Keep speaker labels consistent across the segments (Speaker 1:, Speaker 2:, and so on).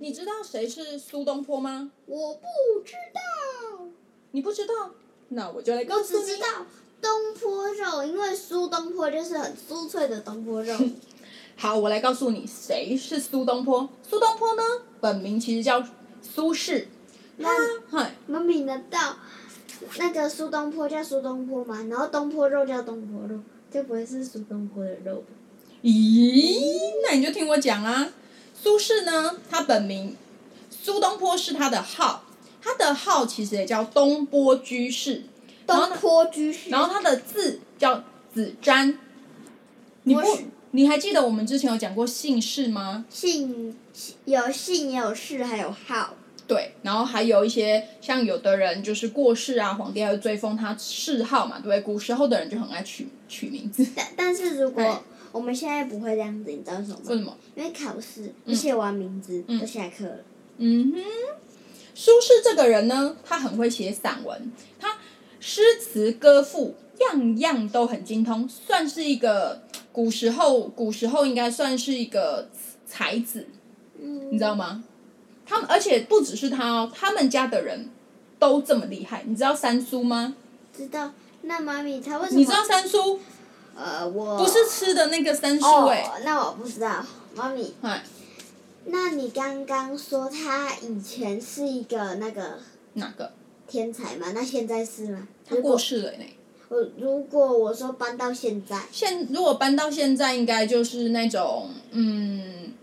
Speaker 1: 你知道谁是苏东坡吗？
Speaker 2: 我不知道，
Speaker 1: 你不知道，那我就来告
Speaker 2: 我
Speaker 1: 诉
Speaker 2: 只知
Speaker 1: 你。
Speaker 2: 道东坡肉，因为苏东坡就是很酥脆的东坡肉。
Speaker 1: 好，我来告诉你谁是苏东坡。苏东坡呢，本名其实叫苏轼。
Speaker 2: 那
Speaker 1: 他嘿，
Speaker 2: 妈咪呢？到那个苏东坡叫苏东坡嘛，然后东坡肉叫东坡肉，就不会是苏东坡的肉吧？
Speaker 1: 咦，那你就听我讲啊。苏轼呢，他本名苏东坡是他的号，他的号其实也叫东坡居士，然后
Speaker 2: 东
Speaker 1: 呢
Speaker 2: 坡居士
Speaker 1: 然后他的字叫子瞻。你不
Speaker 2: 我是，
Speaker 1: 你还记得我们之前有讲过姓氏吗？
Speaker 2: 姓有姓也有氏，还有号。
Speaker 1: 对，然后还有一些像有的人就是过世啊，皇帝还会追封他谥号嘛，对不对？古时候的人就很爱取取名字，
Speaker 2: 但但是如
Speaker 1: 哎
Speaker 2: 果我们现在不会这样子，你知道为什么嗯
Speaker 1: 为
Speaker 2: 吗？
Speaker 1: 什么？
Speaker 2: 因为考试，我写完名字就下课了。
Speaker 1: 嗯哼，苏轼这个人呢，他很会写散文，他诗词歌赋样样都很精通，算是一个古时候古时候应该算是一个才子，
Speaker 2: 嗯，
Speaker 1: 你知道吗？他们而且不只是他哦，他们家的人都这么厉害。你知道三苏吗？
Speaker 2: 知道？那妈咪她为什么？
Speaker 1: 你知道三苏
Speaker 2: 呃，我
Speaker 1: 不是吃的那个三苏哎、
Speaker 2: 哦，那我不知道，妈咪。
Speaker 1: 哎，
Speaker 2: 那你刚刚说他以前是一个那个
Speaker 1: 哪个？
Speaker 2: 天才嘛？那现在是吗？
Speaker 1: 他
Speaker 2: 如
Speaker 1: 过
Speaker 2: 果
Speaker 1: 世了呢。
Speaker 2: 我如果我说搬到现在，
Speaker 1: 现如果搬到现在，应该就是那种嗯，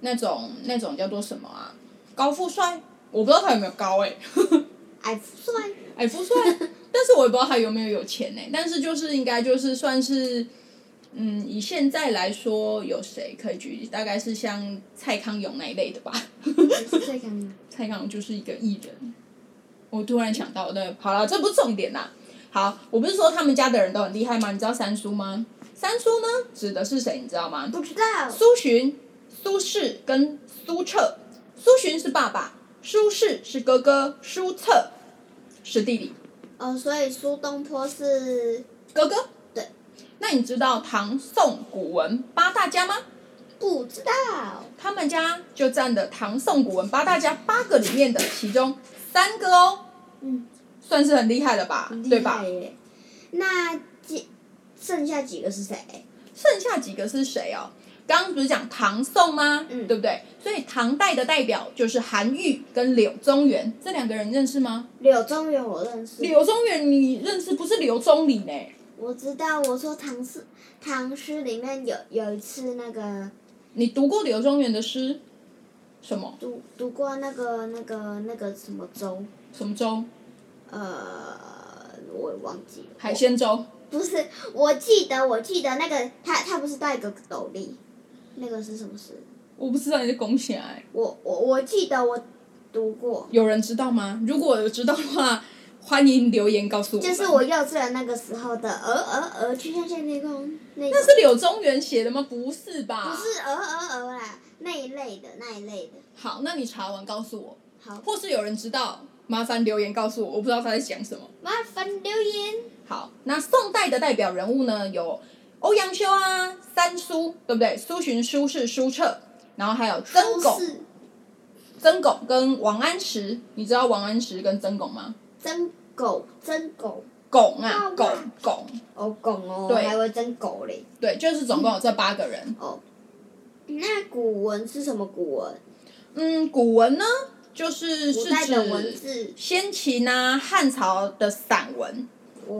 Speaker 1: 那种那种叫做什么啊？高富帅，我不知道他有没有高哎、
Speaker 2: 矮富帅，
Speaker 1: 矮富帅，但是我也不知道他有没有有钱哎、但是就是应该就是算是，嗯，以现在来说，有谁可以举例？大概是像蔡康永那一类的吧。
Speaker 2: 是最强的。
Speaker 1: 蔡康永就是一个艺人。我突然想到，对，好了，这不是重点啦。好，我不是说他们家的人都很厉害吗？你知道三叔吗？三叔呢，指的是谁？你知道吗？
Speaker 2: 不知道，
Speaker 1: 苏洵、苏轼跟苏辙。苏洵是爸爸，苏轼是哥哥，苏辙是弟弟。
Speaker 2: 哦，所以苏东坡是
Speaker 1: 哥哥，
Speaker 2: 对。
Speaker 1: 那你知道唐宋古文八大家吗？
Speaker 2: 不知道，
Speaker 1: 他们家就占了唐宋古文八大家八个里面的其中三个哦。
Speaker 2: 嗯，
Speaker 1: 算是很厉害了吧？
Speaker 2: 很厉
Speaker 1: 对
Speaker 2: 害
Speaker 1: 吧？
Speaker 2: 耶。那几剩下几个是谁？
Speaker 1: 剩下几个是谁哦？刚刚不是讲唐宋吗？
Speaker 2: 嗯
Speaker 1: 对不对？所以唐代的代表就是韩愈跟柳宗元这两个人，认识吗？
Speaker 2: 柳宗元我认识，
Speaker 1: 柳宗元你认识不是柳宗理呢？
Speaker 2: 我知道。我说唐诗，唐诗里面有有一次那个
Speaker 1: 你读过柳宗元的诗？什么
Speaker 2: 读读过那个那个那个什么粥，
Speaker 1: 什么粥？
Speaker 2: 呃，我也忘记了。
Speaker 1: 海鲜粥？
Speaker 2: 不是，我记得我记得那个他他不是戴个斗笠，那个是什么诗？
Speaker 1: 我不知道你在拱起来，
Speaker 2: 我我我记得我读过，
Speaker 1: 有人知道吗？如果有知道的话，欢迎留言告诉我们。
Speaker 2: 就是我幼稚园那个时候的鹅鹅鹅去向向天空那
Speaker 1: 那
Speaker 2: 个，
Speaker 1: 是柳宗元写的吗？不是吧？
Speaker 2: 不是鹅鹅鹅啦那一类的那一类的。
Speaker 1: 好，那你查完告诉我，
Speaker 2: 好，
Speaker 1: 或是有人知道，麻烦留言告诉我，我不知道他在讲什么。
Speaker 2: 麻烦留言。
Speaker 1: 好，那宋代的代表人物呢，有欧阳修啊、三苏，对不对？苏洵、苏轼、苏辙，然后还有曾
Speaker 2: 都
Speaker 1: 巩、
Speaker 2: 是
Speaker 1: 曾巩跟王安石。你知道王安石跟曾巩吗？
Speaker 2: 真狗真狗
Speaker 1: 巩啊，
Speaker 2: 哇
Speaker 1: 巩
Speaker 2: 哇
Speaker 1: 巩，
Speaker 2: 哦拱哦，
Speaker 1: 对
Speaker 2: 还会真狗嘞。哦
Speaker 1: 对，就是总共有这八个人。
Speaker 2: 那古文是什么古文？
Speaker 1: 嗯，古文呢，就是
Speaker 3: 古
Speaker 1: 是
Speaker 3: 代的文
Speaker 1: 指
Speaker 3: 字，
Speaker 1: 先秦呐、汉朝的散文。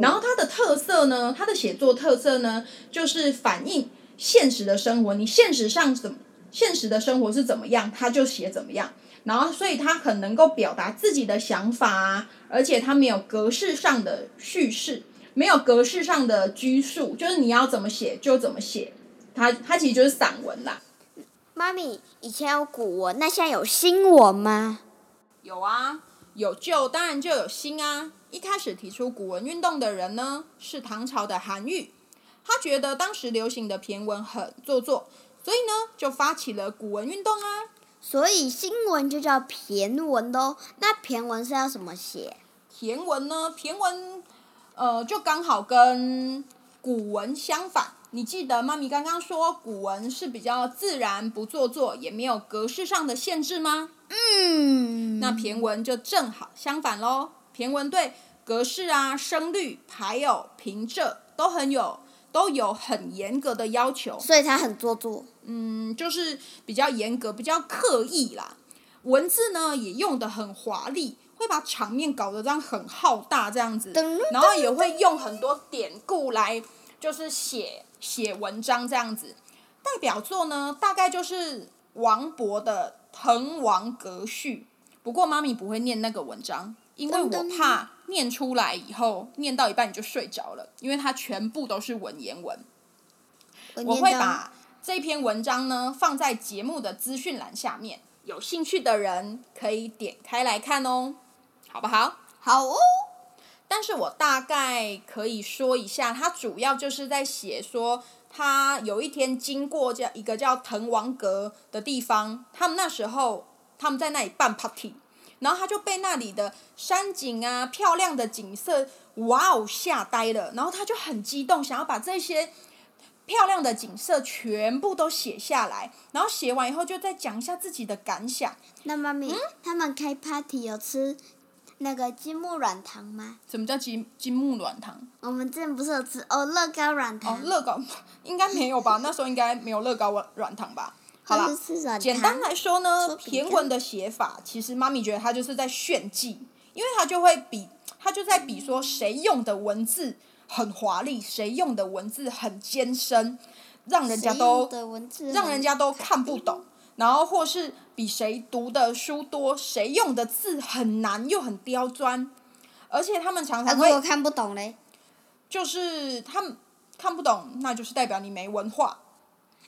Speaker 1: 然后它的特色呢，它的写作特色呢，就是反映现实的生活。你现实上怎么，现实的生活是怎么样，他就写怎么样。然后，所以他很能够表达自己的想法啊，而且他没有格式上的叙事，没有格式上的拘束，就是你要怎么写就怎么写。它它其实就是散文啦。
Speaker 2: 妈咪，以前有古文，那现在有新文吗？
Speaker 1: 有啊，有旧当然就有新啊。一开始提出古文运动的人呢，是唐朝的韩愈。他觉得当时流行的骈文很做作，所以呢，就发起了古文运动啊。
Speaker 2: 所以新文就叫骈文喽。那骈文是要怎么写？
Speaker 1: 骈文呢，骈文，呃，就刚好跟古文相反。你记得妈咪刚刚说古文是比较自然、不做作，也没有格式上的限制吗？
Speaker 2: 嗯，
Speaker 1: 那骈文就正好相反喽。骈文对格式啊、声律、还有平仄都很有都有很严格的要求，
Speaker 2: 所以它很做作。
Speaker 1: 嗯，就是比较严格、比较刻意啦。文字呢也用的很华丽，会把场面搞得这样很浩大这样子
Speaker 2: 噔，
Speaker 1: 然后也会用很多典故来就是写写文章这样子。代表作呢，大概就是王勃的《滕王阁序》，不过妈咪不会念那个文章，因为我怕念出来以后念到一半你就睡着了，因为它全部都是文言文。我会把这篇文章呢放在节目的资讯栏下面，有兴趣的人可以点开来看哦，好不好？
Speaker 2: 好哦，
Speaker 1: 但是我大概可以说一下，它主要就是在写说，他有一天经过这一个叫滕王阁的地方，他们那时候他们在那里办 party，然后他就被那里的山景啊、漂亮的景色，哇哦吓呆了，然后他就很激动，想要把这些。漂亮的景色全部都写下来，然后写完以后就再讲一下自己的感想。
Speaker 2: 那妈咪，
Speaker 1: 嗯
Speaker 2: 他们开 party 有吃那个金木软糖吗？
Speaker 1: 什么叫金金木软糖？
Speaker 2: 我们之前不是有吃哦乐高软
Speaker 1: 哦
Speaker 2: 糖，，
Speaker 1: 乐高应该没有吧？那时候应该没有乐高软软 糖吧？好
Speaker 2: 或
Speaker 1: 啦
Speaker 2: 是，吃软糖。
Speaker 1: 简单来说呢，
Speaker 2: 酥饼
Speaker 1: 骈
Speaker 2: 干
Speaker 1: 文的写法，其实妈咪觉得他就是在炫技，因为他就会比他就在比说谁用的文字很华丽，谁用的文字很艰深，让人家
Speaker 2: 实
Speaker 1: 都
Speaker 2: 用的文字很，
Speaker 1: 让人家都看不懂，然后或是比谁读的书多，谁用的字很难又很刁钻，而且他们常
Speaker 2: 啊，
Speaker 1: 常
Speaker 2: 如
Speaker 1: 会
Speaker 2: 果看不懂嘞，
Speaker 1: 就是他们看不懂，那就是代表你没文化。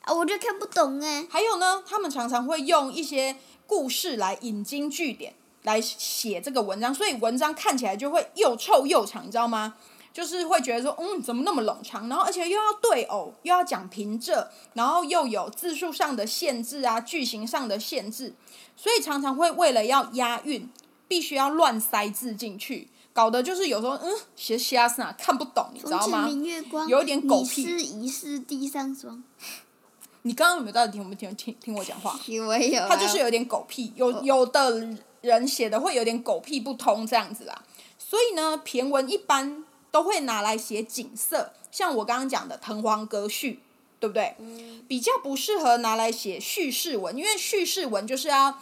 Speaker 2: 啊，我就看不懂哎。
Speaker 1: 还有呢，他们常常会用一些故事来引经据典来写这个文章，所以文章看起来就会又臭又长，你知道吗？就是会觉得说，嗯，怎么那么冗长？然后而且又要对偶，又要讲平仄，然后又有字数上的限制啊，句型上的限制，所以常常会为了要押韵，必须要乱塞字进去，搞得就是有时候，嗯，写瞎是哪看不懂，你知
Speaker 2: 风
Speaker 1: 道
Speaker 2: 前
Speaker 1: 吗？
Speaker 2: 明月光，
Speaker 1: 有一点狗屁
Speaker 2: 你是疑是地上 霜。
Speaker 1: 你刚刚有没有到底听不听听听我讲话？
Speaker 2: 以为有啊，
Speaker 1: 他就是有点狗屁，有有的人写的会有点狗屁不通这样子啦。所以呢，骈文一般都会拿来写景色，像我刚刚讲的《滕王阁序》，对不对？比较不适合拿来写叙事文，因为叙事文就是要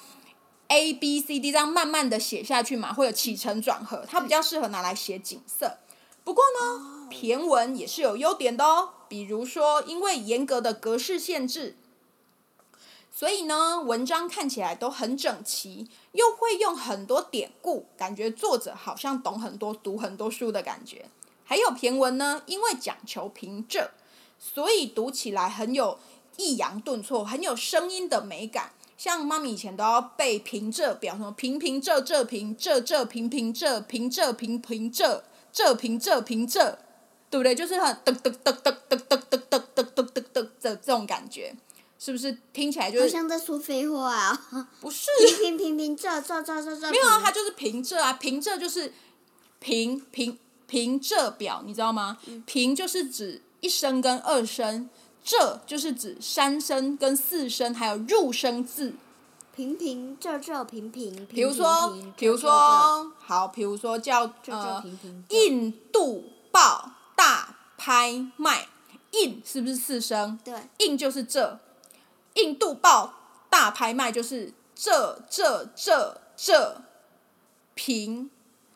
Speaker 1: A B C D 这样慢慢的写下去嘛，会有起承转合，它比较适合拿来写景色。不过呢，骈文也是有优点的哦，比如说因为严格的格式限制，所以呢，文章看起来都很整齐，又会用很多典故，感觉作者好像懂很多、读很多书的感觉。还有骈文呢，因为讲求平仄，所以读起来很有抑扬顿挫，很有声音的美感。像妈咪以前都要背平仄表，什么平平仄仄平仄仄平平仄平仄平平仄仄平仄平仄，对不对？就是很噔噔噔噔噔噔噔噔噔噔噔噔的这种感觉，是不是听起来就
Speaker 2: 好
Speaker 1: 是
Speaker 2: 像在说废话啊。
Speaker 1: 不是，
Speaker 2: 平平平仄仄仄仄仄。
Speaker 1: 没有啊，它就是平仄啊，平仄就是平平平仄表，你知道吗？平就是指一声跟二声，仄就是指三声跟四声，还有入声字。
Speaker 2: 平平仄仄平平。
Speaker 1: 比如说，比如说，好，比如说叫
Speaker 2: 仄仄
Speaker 1: 呃
Speaker 2: 平平。
Speaker 1: 印度豹大拍卖，印是不是四声？
Speaker 2: 对，
Speaker 1: 印就是这，印度豹大拍卖就是这这这这平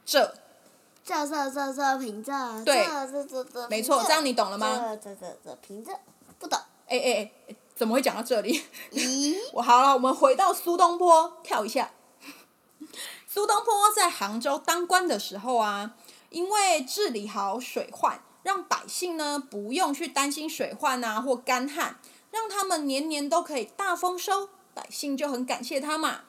Speaker 1: 这，
Speaker 2: 这这这这凭这，
Speaker 1: 对
Speaker 2: 这这这，
Speaker 1: 没错，这样你懂
Speaker 2: 了
Speaker 1: 了吗？？
Speaker 2: 这这这凭这，不懂。
Speaker 1: 哎哎哎，怎么会讲到这里？
Speaker 2: 咦，
Speaker 1: 我好了，我们回到苏东坡，跳一下。苏东坡在杭州当官的时候啊，因为治理好水患，让百姓呢不用去担心水患啊或干旱，让他们年年都可以大丰收，百姓就很感谢他嘛。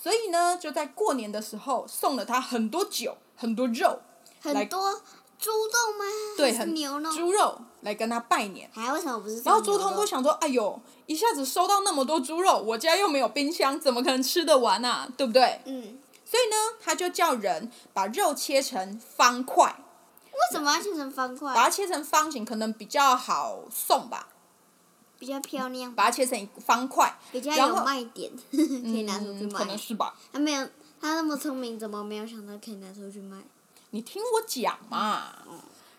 Speaker 1: 所以呢，就在过年的时候送了他很多酒、很多肉，来
Speaker 2: 很多猪肉吗？
Speaker 1: 对，
Speaker 2: 哦还是
Speaker 1: 很
Speaker 2: 牛肉。
Speaker 1: 猪肉来跟他拜年。
Speaker 2: 还为什么不是？
Speaker 1: 然后朱通波，想说：“哎呦，一下子收到那么多猪肉，我家又没有冰箱，怎么可能吃得完啊？对不对？”
Speaker 2: 嗯，
Speaker 1: 所以呢，他就叫人把肉切成方块，
Speaker 2: 为什么要切成方
Speaker 1: 把
Speaker 2: 块？
Speaker 1: 它切成方形，可能比较好送吧。
Speaker 2: 比较漂亮，
Speaker 1: 把它切成一个方块，
Speaker 2: 比较
Speaker 1: 然
Speaker 2: 有
Speaker 1: 后
Speaker 2: 卖点， 可以拿出去
Speaker 1: 嗯，可能
Speaker 2: 卖。
Speaker 1: 是吧。
Speaker 2: 他没有，他那么聪明，怎么没有想到可以拿出去卖？
Speaker 1: 你听我讲嘛，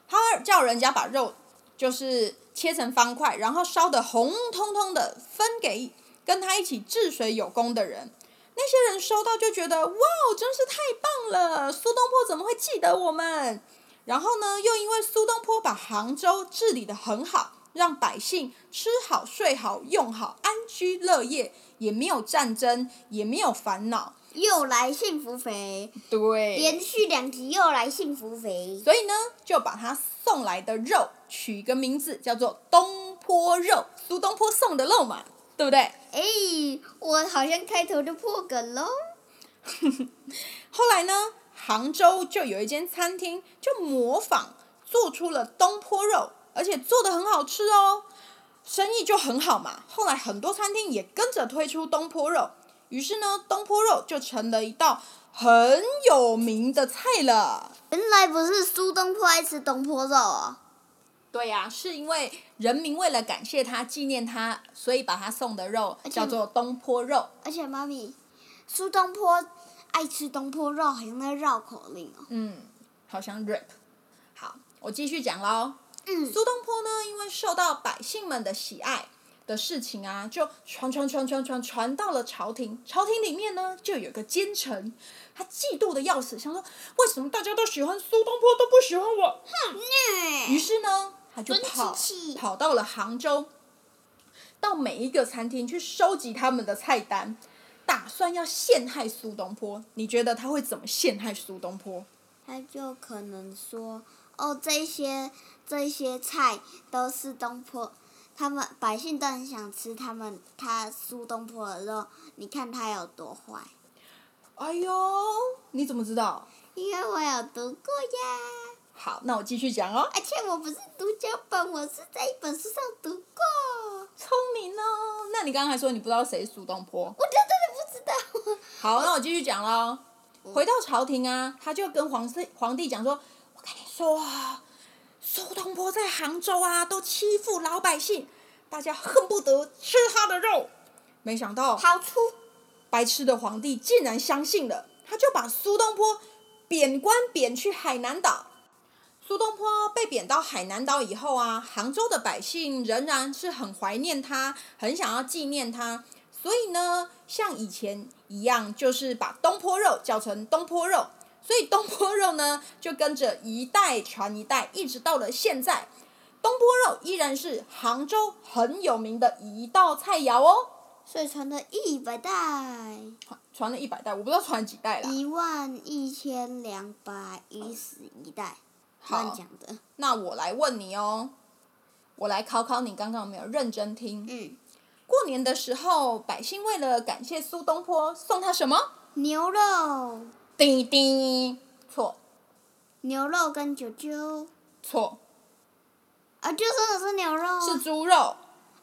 Speaker 1: 他叫人家把肉就是切成方块，然后烧得红彤彤的，分给跟他一起治水有功的人。那些人收到就觉得哇，真是太棒了！苏东坡怎么会记得我们？然后呢，又因为苏东坡把杭州治理的很好，让百姓吃好、睡好、用好，安居乐业，也没有战争，也没有烦恼。
Speaker 2: 又来幸福肥，
Speaker 1: 对，
Speaker 2: 连续两集又来幸福肥，
Speaker 1: 所以呢，就把他送来的肉取一个名字，叫做东坡肉，苏东坡送的肉嘛，对不对？
Speaker 2: 哎、我好像开头就破梗喽。
Speaker 1: 后来呢，杭州就有一间餐厅就模仿做出了东坡肉，而且做的很好吃哦，生意就很好嘛。后来很多餐厅也跟着推出东坡肉，于是呢，东坡肉就成了一道很有名的菜了。
Speaker 2: 原来不是苏东坡爱吃东坡肉哦，
Speaker 1: 对呀、是因为人民为了感谢他、纪念他，所以把他送的肉
Speaker 2: 而且
Speaker 1: 叫做东坡肉。
Speaker 2: 而且妈咪，苏东坡爱吃东坡肉，好像在绕口令哦。
Speaker 1: 嗯，好像 rap。好，我继续讲喽。
Speaker 2: 嗯，
Speaker 1: 苏东坡呢，因为受到百姓们的喜爱的事情啊，就传传传传传传到了朝廷。朝廷里面呢，就有个奸臣，他嫉妒的要死，想说为什么大家都喜欢苏东坡，都不喜欢我？于是呢，他就
Speaker 2: 真
Speaker 1: 跑
Speaker 2: 气气
Speaker 1: 跑到了杭州，到每一个餐厅去收集他们的菜单，打算要陷害苏东坡。你觉得他会怎么陷害苏东坡？
Speaker 2: 他就可能说，哦，这些这些菜都是东坡，他们百姓都很想吃他们他苏东坡的肉，你看他有多坏。
Speaker 1: 哎呦，你怎么知道？
Speaker 2: 因为我有读过呀，
Speaker 1: 好，那我继续讲哦。
Speaker 2: 而且我不是读脚本，我是在一本书上读过。
Speaker 1: 聪明哦，那你刚刚还说你不知道谁是苏东坡。
Speaker 2: 我真的不知道。
Speaker 1: 好，那我继续讲喽。回到朝廷啊，他就跟皇帝皇帝讲说：“我跟你说啊，苏东坡在杭州啊，都欺负老百姓，大家恨不得吃他的肉。”没想到
Speaker 2: 好粗，
Speaker 1: 白痴的皇帝竟然相信了，他就把苏东坡贬官贬去海南岛。苏东坡被贬到海南岛以后啊，杭州的百姓仍然是很怀念他，很想要纪念他，所以呢，像以前一样，就是把东坡肉叫成东坡肉，所以东坡肉呢就跟着一代传一代，一直到了现在，东坡肉依然是杭州很有名的一道菜肴哦。
Speaker 2: 所以传了一百代，
Speaker 1: 传了一百代，我不知道传几代啦。
Speaker 2: 一万一千两百一十一代，乱
Speaker 1: 好，
Speaker 2: 讲的。
Speaker 1: 那我来问你哦，我来考考你，刚刚有没有认真听？
Speaker 2: 嗯，
Speaker 1: 过年的时候，百姓为了感谢苏东坡，送他什么？
Speaker 2: 牛肉，
Speaker 1: 滴滴，错
Speaker 2: 牛肉跟九九，
Speaker 1: 错，
Speaker 2: 啊，就真的是牛肉啊。
Speaker 1: 是猪肉。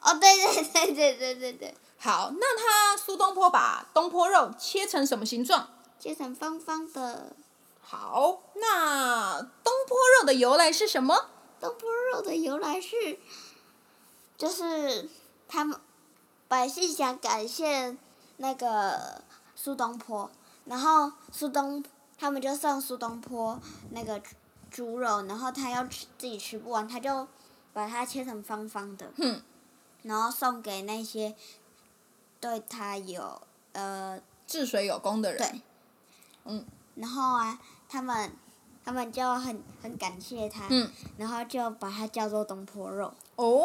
Speaker 2: 哦，对对对对对对对，
Speaker 1: 好，那他苏东坡把东坡肉切成什么形状？
Speaker 2: 切成方方的。
Speaker 1: 好，那东坡肉的由来是什么？
Speaker 2: 东坡肉的由来是，就是他们百姓想感谢那个苏东坡，然后苏东他们就送苏东坡那个猪猪肉，然后他要吃自己吃不完，他就把它切成方方的，
Speaker 1: 哼，
Speaker 2: 然后送给那些对他有呃
Speaker 1: 治水有功的人。
Speaker 2: 对
Speaker 1: 嗯
Speaker 2: 然后啊，他们他们就很很感谢他，
Speaker 1: 嗯，
Speaker 2: 然后就把它叫做东坡肉。
Speaker 1: 哦，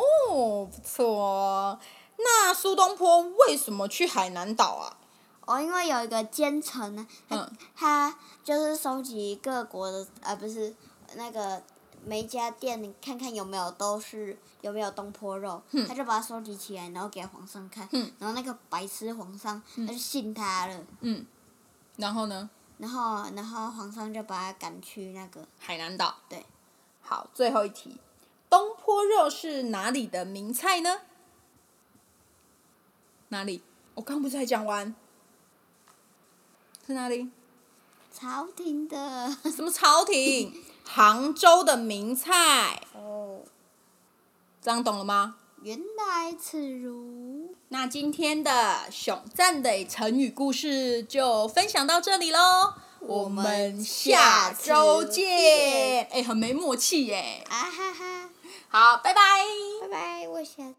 Speaker 1: 不错哦。那苏东坡为什么去海南岛啊？
Speaker 2: 哦，因为有一个奸臣呢，他、
Speaker 1: 嗯
Speaker 2: 他就是收集各国的，呃，不是那个每一家店看看有没有都是有没有东坡肉，
Speaker 1: 嗯
Speaker 2: 他就把它收集起来，然后给皇上看，
Speaker 1: 嗯
Speaker 2: 然后那个白痴皇上、他就信他了，
Speaker 1: 嗯，然后呢？
Speaker 2: 然后然后皇上就把他赶去那个
Speaker 1: 海南岛。
Speaker 2: 对，
Speaker 1: 好，最后一题，东坡肉是哪里的名菜呢？哪里？我刚不是才讲完？是哪 里？
Speaker 2: 朝廷的
Speaker 1: 什么朝廷？杭州的名菜，
Speaker 2: 哦，
Speaker 1: 这样懂了吗？
Speaker 2: 原来此如。
Speaker 1: 那今天的熊赞的成语故事就分享到这里喽，我们下周见。哎、很没默契耶。
Speaker 2: 啊哈哈，
Speaker 1: 好，拜拜。
Speaker 2: 拜拜，我想。